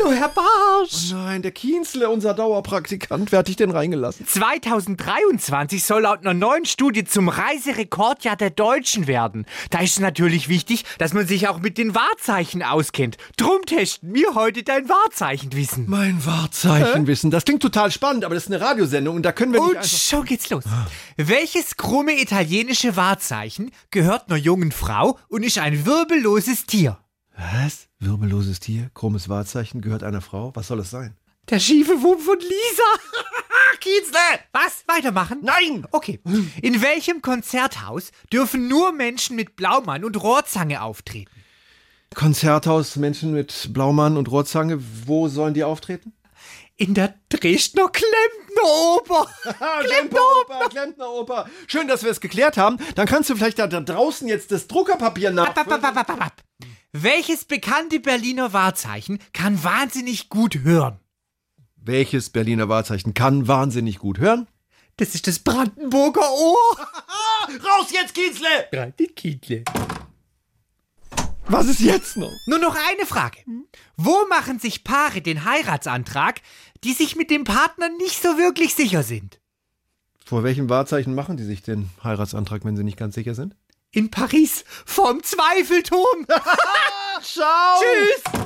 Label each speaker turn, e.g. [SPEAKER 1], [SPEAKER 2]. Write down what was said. [SPEAKER 1] Hallo, Herr Barsch.
[SPEAKER 2] Nein, der Kienzle, unser Dauerpraktikant, wer hat dich denn reingelassen?
[SPEAKER 1] 2023 soll laut einer neuen Studie zum Reiserekordjahr der Deutschen werden. Da ist es natürlich wichtig, dass man sich auch mit den Wahrzeichen auskennt. Drum testen wir heute dein Wahrzeichenwissen.
[SPEAKER 2] Mein Wahrzeichenwissen. Das klingt total spannend, aber das ist eine Radiosendung und da können wir nicht
[SPEAKER 1] Und
[SPEAKER 2] einfach...
[SPEAKER 1] schon geht's los. Welches krumme italienische Wahrzeichen gehört einer jungen Frau und ist ein wirbelloses Tier?
[SPEAKER 2] Was? Wirbelloses Tier, krummes Wahrzeichen, gehört einer Frau? Was soll es sein?
[SPEAKER 1] Der schiefe Wurm von Lisa.
[SPEAKER 2] Kienzle!
[SPEAKER 1] Was? Weitermachen?
[SPEAKER 2] Nein!
[SPEAKER 1] Okay. In welchem Konzerthaus dürfen nur Menschen mit Blaumann und Rohrzange auftreten?
[SPEAKER 2] Konzerthaus, Menschen mit Blaumann und Rohrzange, wo sollen die auftreten?
[SPEAKER 1] In der Dresdner Klempneroper.
[SPEAKER 2] Ah, Klempneroper, Klempneroper. Schön, dass wir es geklärt haben. Dann kannst du vielleicht da, da draußen jetzt das Druckerpapier
[SPEAKER 1] Ab, ab,
[SPEAKER 2] nachfüllen.
[SPEAKER 1] ab, ab, ab, ab, ab. Welches bekannte Berliner Wahrzeichen kann wahnsinnig gut hören?
[SPEAKER 2] Welches Berliner Wahrzeichen kann wahnsinnig gut hören?
[SPEAKER 1] Das ist das Brandenburger Ohr.
[SPEAKER 2] Raus jetzt, Kienzle!
[SPEAKER 1] Brandekindle.
[SPEAKER 2] Was ist jetzt noch?
[SPEAKER 1] Nur noch eine Frage.
[SPEAKER 2] Hm?
[SPEAKER 1] Wo machen sich Paare den Heiratsantrag, die sich mit dem Partner nicht so wirklich sicher sind?
[SPEAKER 2] Vor welchem Wahrzeichen machen die sich den Heiratsantrag, wenn sie nicht ganz sicher sind?
[SPEAKER 1] In Paris, vom Zweifelturm. Oh.
[SPEAKER 2] Schau!
[SPEAKER 1] Tschüss.